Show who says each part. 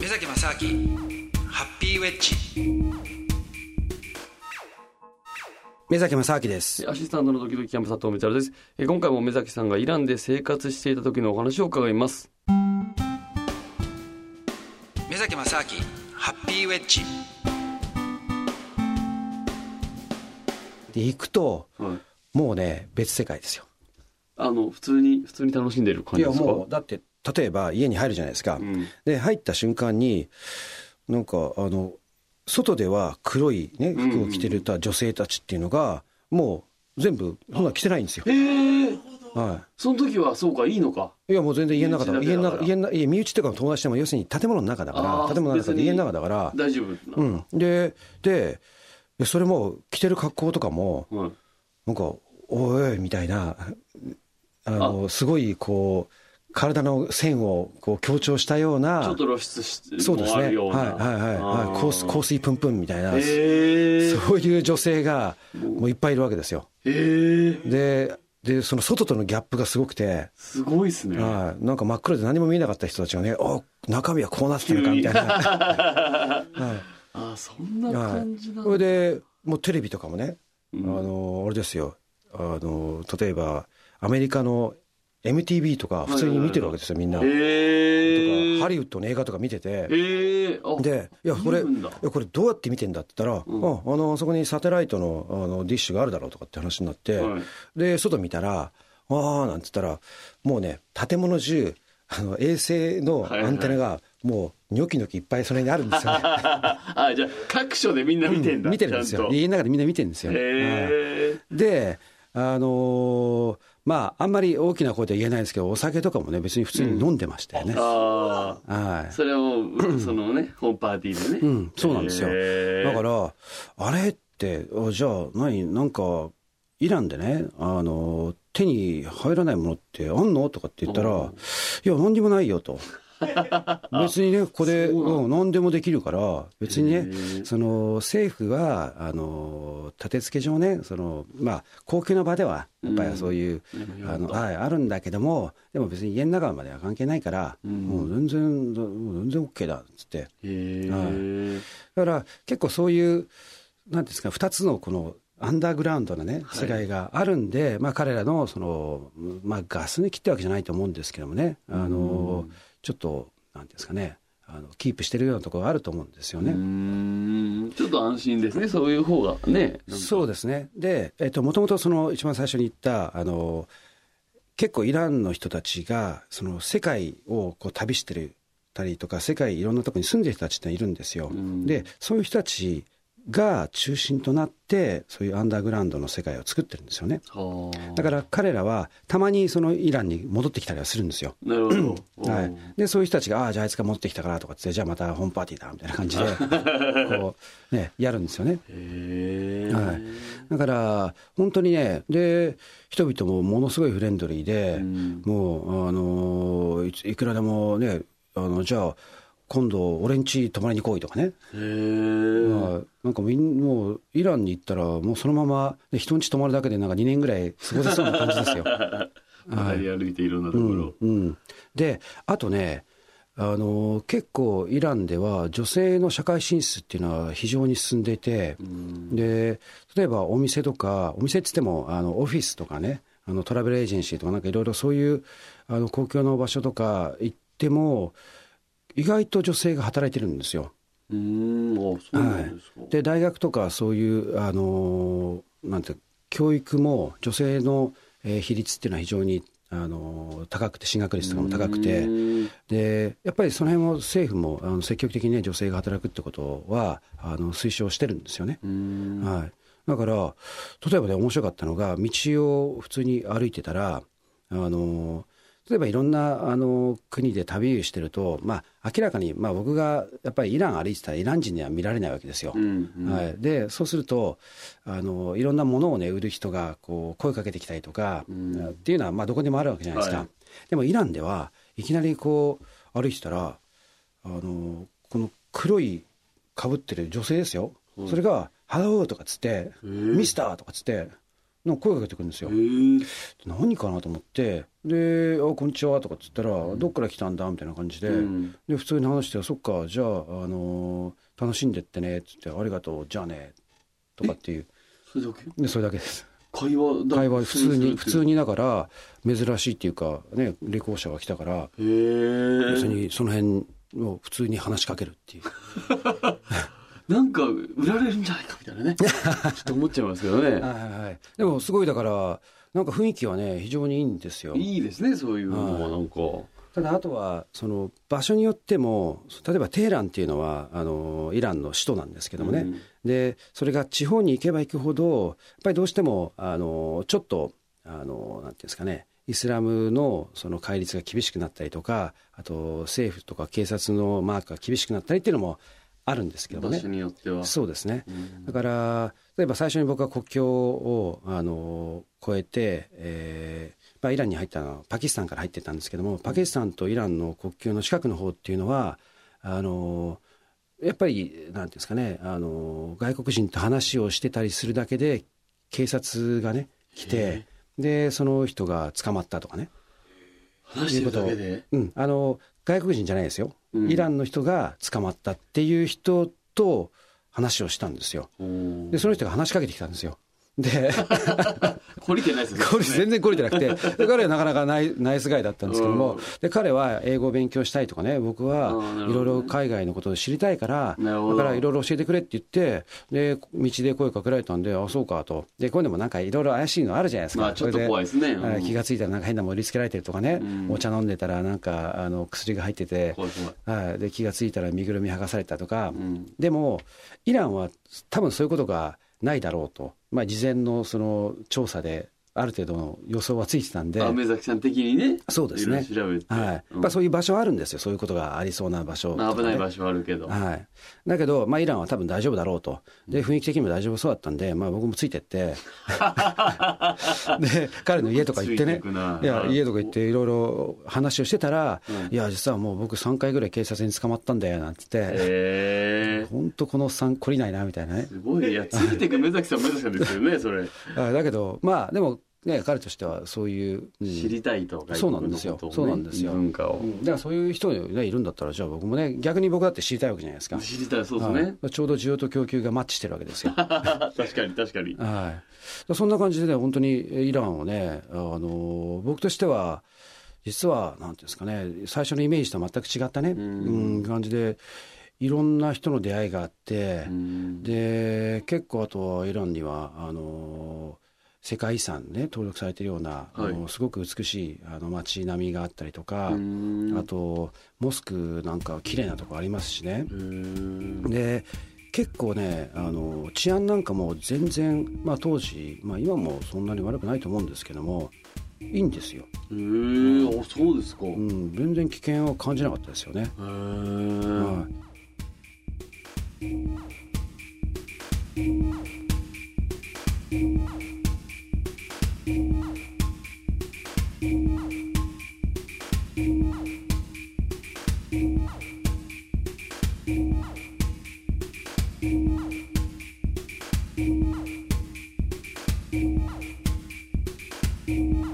Speaker 1: 目崎正明ハッピーウェッジ目崎正明です
Speaker 2: アシスタントのドキドキキャンプ佐藤メタルです。えー今回も目崎さんがイランで生活していた時のお話を伺います。
Speaker 1: 目崎正明ハッピーウェッジで行くと
Speaker 2: はい。
Speaker 1: もうね別世界ですよ
Speaker 2: あの普通に普通に楽しんでる感
Speaker 1: い
Speaker 2: じ
Speaker 1: や
Speaker 2: ですか。
Speaker 1: もうだって例えば家に入るじゃないですか、
Speaker 2: うん
Speaker 1: で入った瞬間になんかあの外では黒い、ね、
Speaker 2: んうん
Speaker 1: 服を着てるた女性たちっていうのがもう全部そんな着てないんですよ、
Speaker 2: へえ。
Speaker 1: は
Speaker 2: その時はそうかいいのか。
Speaker 1: い、いやもう全然家の中だから
Speaker 2: 身内
Speaker 1: 家の
Speaker 2: だから
Speaker 1: 中家の中いや身内とかの友達でも要するに建物の中だか
Speaker 2: あ
Speaker 1: ら
Speaker 2: ー
Speaker 1: 建物の中
Speaker 2: 別
Speaker 1: で
Speaker 2: に
Speaker 1: 家の中だから、
Speaker 2: 大丈夫
Speaker 1: う
Speaker 2: な。
Speaker 1: ん、ででそれも着てる格好とかも
Speaker 2: うん。はい。
Speaker 1: なんか「おい」みたいなあのすごいこう体の線をこう強調したような
Speaker 2: ちょっと露出し
Speaker 1: そうです
Speaker 2: もあ
Speaker 1: ね。はい
Speaker 2: るような。
Speaker 1: はいはい
Speaker 2: あ
Speaker 1: は
Speaker 2: ー
Speaker 1: い。香水香水プンプンみたいな、
Speaker 2: へえ。
Speaker 1: そういう女性がもういっぱいいるわけですよ。
Speaker 2: へえ。
Speaker 1: で、で、その外とのギャップがすごくて、
Speaker 2: すごいですね。
Speaker 1: はい、なんか真っ黒で何も見えなかった人たちがね、お中身はこうなってるかみたい な。は。
Speaker 2: あそんない
Speaker 1: は
Speaker 2: 感じ
Speaker 1: い。
Speaker 2: な
Speaker 1: それ
Speaker 2: んだ。
Speaker 1: で、もうテレビとかもね、
Speaker 2: う
Speaker 1: あ
Speaker 2: ん
Speaker 1: の、あれですよ。あの、例えば、アメリカの MTV とか普通に見てるわけですよ、みんな。とか、
Speaker 2: へえ。
Speaker 1: ハリウッドの映画とか見てて。
Speaker 2: へえ。あ
Speaker 1: で、いや、これ、い
Speaker 2: 見るんだ
Speaker 1: や、これどうやって見てんだって言ったら、
Speaker 2: ん
Speaker 1: ああの、あそこにサテライトの、あの、ディッシュがあるだろうとかって話になって、
Speaker 2: はい
Speaker 1: で、外見たら、ああ、なんつったら、もうね、建物中、あの、衛星の
Speaker 2: はいはい
Speaker 1: アンテナが、もう、ニョキニョキいっぱいそれにあるんですよね。
Speaker 2: あじゃあ各所でみんな 見てんだ。
Speaker 1: 見てるんです
Speaker 2: ちゃ
Speaker 1: よ。
Speaker 2: と
Speaker 1: で家の中でみんな見てるんですよ。はい
Speaker 2: へえ。
Speaker 1: で、あのーまあ、あんまり大きな声では言えないんですけど、お酒とかもね、別に普通に飲んでましたよね。
Speaker 2: ああ。
Speaker 1: はい。
Speaker 2: それをそのねホームパーティーでね、
Speaker 1: うん、そうなんですよ。
Speaker 2: へー
Speaker 1: だから、あれって、あじゃあ、何、なんか、イランでね、あの、手に入らないものってあんのとかって言ったら、
Speaker 2: う
Speaker 1: いや、何にもないよ と。別にね、これ、
Speaker 2: そうなんだ
Speaker 1: うん、何でもできるから、別に
Speaker 2: へ
Speaker 1: ね、
Speaker 2: ー
Speaker 1: その、政府は、あの、立て付け上ね、その、まあ、公共の場では、やっぱりそういう、
Speaker 2: うん
Speaker 1: あの、はい、あるんだけども、でも別に家の中までは関係ないから、
Speaker 2: うん
Speaker 1: もう全然、もう全然 OK だ、つって。
Speaker 2: へえ、
Speaker 1: だから結構そういう、なんていうんですか、2つのこのアンダーグラウンドなね、
Speaker 2: はい
Speaker 1: 世界があるんで、まあ彼らのその、まあ、ガス抜きってわけじゃないと思うんですけどもね、あのちょっと、なんていうんですかね、あのキープしてるようなところがあると思うんですよ
Speaker 2: うー
Speaker 1: ね。
Speaker 2: んちょっと安心ですねそういう方がね
Speaker 1: そうですね。で、えっと、もともとその一番最初に言った、あの、結構イランの人たちが、その世界をこう旅してるたりとか、世界いろんなところに住んでる人たちっているんですよ。
Speaker 2: うん
Speaker 1: でそういう人たちが中心となってそういうアンダーグラウンドの世界を作ってるんですよね
Speaker 2: はあ
Speaker 1: だから彼らはたまにそのイランに戻ってきたりはするんですよ、
Speaker 2: なるほど、
Speaker 1: はい、でそういう人たちが「ああじゃああいつが戻ってきたから」とかっつって「じゃあまたホームパーティーだ」みたいな感じで こう、ね、やるんですよね
Speaker 2: おーへえ、
Speaker 1: はいだから本当にねで人々もものすごいフレンドリーで、
Speaker 2: うん
Speaker 1: もうあのいついくらでもねあのじゃあ今度俺ん家泊まりに来いとかね
Speaker 2: へえ、
Speaker 1: まあ、なんかみんもうイランに行ったらもうそのままね人んち泊まるだけでなんか2年ぐらい過ごせそうな感じです よ。
Speaker 2: 渡り歩いていろんなと
Speaker 1: う
Speaker 2: こ
Speaker 1: ん
Speaker 2: ろ、
Speaker 1: うん、であとねあの結構イランでは女性の社会進出っていうのは非常に進んでいて、で例えばお店とかお店っつってもあのオフィスとかねあのトラベルエージェンシーとかなんかいろいろそういうあの公共の場所とか行っても意外と女性が働いてるんですよ。
Speaker 2: うーんあそうなんですか、
Speaker 1: で大学とかそういう、あのーなんて教育も女性のえー比率っていうのは非常に、あのー高くて進学率とかも高くて
Speaker 2: うん
Speaker 1: でやっぱりその辺も政府もあの積極的に、ね、女性が働くってことはあの推奨してるんですよね。
Speaker 2: うん
Speaker 1: はい、だから例えばね面白かったのが道を普通に歩いてたらあの例えばいろんなあの国で旅してると、まあ、明らかに、まあ、僕がやっぱりイラン歩いてたらイラン人には見られないわけですよ。
Speaker 2: うんうん
Speaker 1: はい、でそうするとあのいろんなものを、ね、売る人がこう声かけてきたりとか、
Speaker 2: ん
Speaker 1: っていうのは、まあ、どこにもあるわけじゃないですか、
Speaker 2: はい
Speaker 1: でもイランではいきなりこう歩いてたらあのこの黒いかぶってる女性ですよ、それが「ハロー」とかっつって「ミスター」とかっつってなんか声かけてくるんですよ
Speaker 3: え。ー
Speaker 1: 何かなと思ってで「あこんにちは」とかっつったら「どっから来たんだ?」みたいな感じで、
Speaker 2: うん
Speaker 1: で普通に話して「そっかじゃあ、あのー楽しんでってね」っつって「ありがとうじゃあね」とかっていう
Speaker 3: それだけ
Speaker 1: でそれだけです
Speaker 3: 会話だ
Speaker 1: 会話普通に普通
Speaker 3: に
Speaker 1: にだから珍しいっていうかねレコー者が来たから
Speaker 3: へえ
Speaker 1: 別にその辺を普通に話しかけるっていう
Speaker 3: なんか売られるんじゃないかみたいな ねちょっと思っちゃいますけどね
Speaker 1: はいはいはいでもすごいだからなんか雰囲気はね非常にいいんですよ
Speaker 3: いいですねそういうのは
Speaker 1: はい
Speaker 3: なんか
Speaker 1: ただあとはその場所によっても例えばテヘランっていうのはあのイランの首都なんですけどもね、
Speaker 3: うん
Speaker 1: でそれが地方に行けば行くほどやっぱりどうしてもあのちょっとあのなんていうんですかねイスラムのその戒律が厳しくなったりとかあと政府とか警察のマークが厳しくなったりっていうのもあるんですけども
Speaker 3: 場
Speaker 1: ね
Speaker 3: 所によっては
Speaker 1: そうですね
Speaker 3: うん
Speaker 1: だから例えば最初に僕は国境をあの越えて、えーまあ、イランに入ったのはパキスタンから入ってたんですけどもパキスタンとイランの国境の近くの方っていうのはあのやっぱりなんていうんですかねあの外国人と話をしてたりするだけで警察がね来てでその人が捕まったとかね、
Speaker 3: 話してるだけで
Speaker 1: うん、あの外国人じゃないですよ、
Speaker 3: うん
Speaker 1: イランの人が捕まったっていう人と話をしたんですよ。
Speaker 3: おー
Speaker 1: でその人が話しかけてきたんですよ。で
Speaker 3: 懲りてないですね
Speaker 1: これ全然懲りてなくてで彼はなかなかナイナイスガイだったんですけど
Speaker 3: う
Speaker 1: も
Speaker 3: ん
Speaker 1: で彼は英語を勉強したいとかね僕は
Speaker 3: あーなる
Speaker 1: い
Speaker 3: ほど
Speaker 1: ろ
Speaker 3: ね
Speaker 1: いろ海外のことを知りたいから
Speaker 3: なるほど
Speaker 1: だからいろいろ教えてくれって言ってで道で声かけられたんであそうかとでこういうのもなんかいろいろ怪しいのあるじゃないですか、
Speaker 3: まあちょっと
Speaker 1: それ
Speaker 3: 怖いですねうん
Speaker 1: はい気がついたらなんか変なもの売りつけられてるとかね、
Speaker 3: うん
Speaker 1: お茶飲んでたらなんかあの薬が入ってて、
Speaker 3: 怖い怖い
Speaker 1: はい、で気がついたら身ぐるみ剥がされたとか、
Speaker 3: うん
Speaker 1: でも、イランは多分そういうことがないだろうと、まあ、事前のその調査で、ある程度の予想はついてたんで、
Speaker 3: あ
Speaker 1: はい
Speaker 3: 梅崎さん的にね
Speaker 1: そうですね
Speaker 3: いろいろ調べて
Speaker 1: や
Speaker 3: うん
Speaker 1: っぱそういう場所はあるんですよ、そういうことがありそうな場所とか
Speaker 3: まあ危
Speaker 1: ね、
Speaker 3: ない場所はあるけど
Speaker 1: はい、だけど、まあ、イランは多分大丈夫だろうと、で雰囲気的にも大丈夫そうだったんで、まあ、僕もつい てって、で彼の家とか行って
Speaker 3: ついて
Speaker 1: ね
Speaker 3: くな、
Speaker 1: いや
Speaker 3: うん
Speaker 1: 家とか行って、いろいろ話をしてたら、
Speaker 3: うん
Speaker 1: いや、実はもう僕、3回ぐらい警察に捕まったんだよなんて言って、
Speaker 3: へえ
Speaker 1: 本当、このおっさん、懲りないなみたいなね。
Speaker 3: すごいいやついてく梅崎さん梅崎さんですよねそれ
Speaker 1: あだけどまあでもね彼としてはそういう、うん
Speaker 3: 知りたいと外
Speaker 1: そうな
Speaker 3: 国
Speaker 1: ん
Speaker 3: の
Speaker 1: ですよ
Speaker 3: ことをね
Speaker 1: そうなんですよ
Speaker 3: 文化を
Speaker 1: うんだからそういう人がねいるんだったらじゃあ僕もね逆に僕だって知りたいわけじゃないですか
Speaker 3: 知りたいそうですね
Speaker 1: はいちょうど需要と供給がマッチしてるわけで すよはい
Speaker 3: 確かに確かに
Speaker 1: だからそんな感じでね本当にイランをねあの僕としては実はなんていうんですかね最初のイメージとは全く違ったね
Speaker 3: ん
Speaker 1: うん感じでいろんな人の出会いがあって
Speaker 3: うん
Speaker 1: で結構あとはイランにはあの世界遺産ね登録されてるような、
Speaker 3: はい
Speaker 1: あのすごく美しいあの街並みがあったりとか、
Speaker 3: うん
Speaker 1: あとモスクなんかは綺麗なとこありますしね
Speaker 3: へ、ー
Speaker 1: で結構ねあの治安なんかも全然、まあ、当時、まあ、今もそんなに悪くないと思うんですけどもいいんですよ、
Speaker 3: へーあそうですかへ
Speaker 1: うん、全然危険を感じなかったですよね、
Speaker 3: ー
Speaker 1: はい
Speaker 3: へ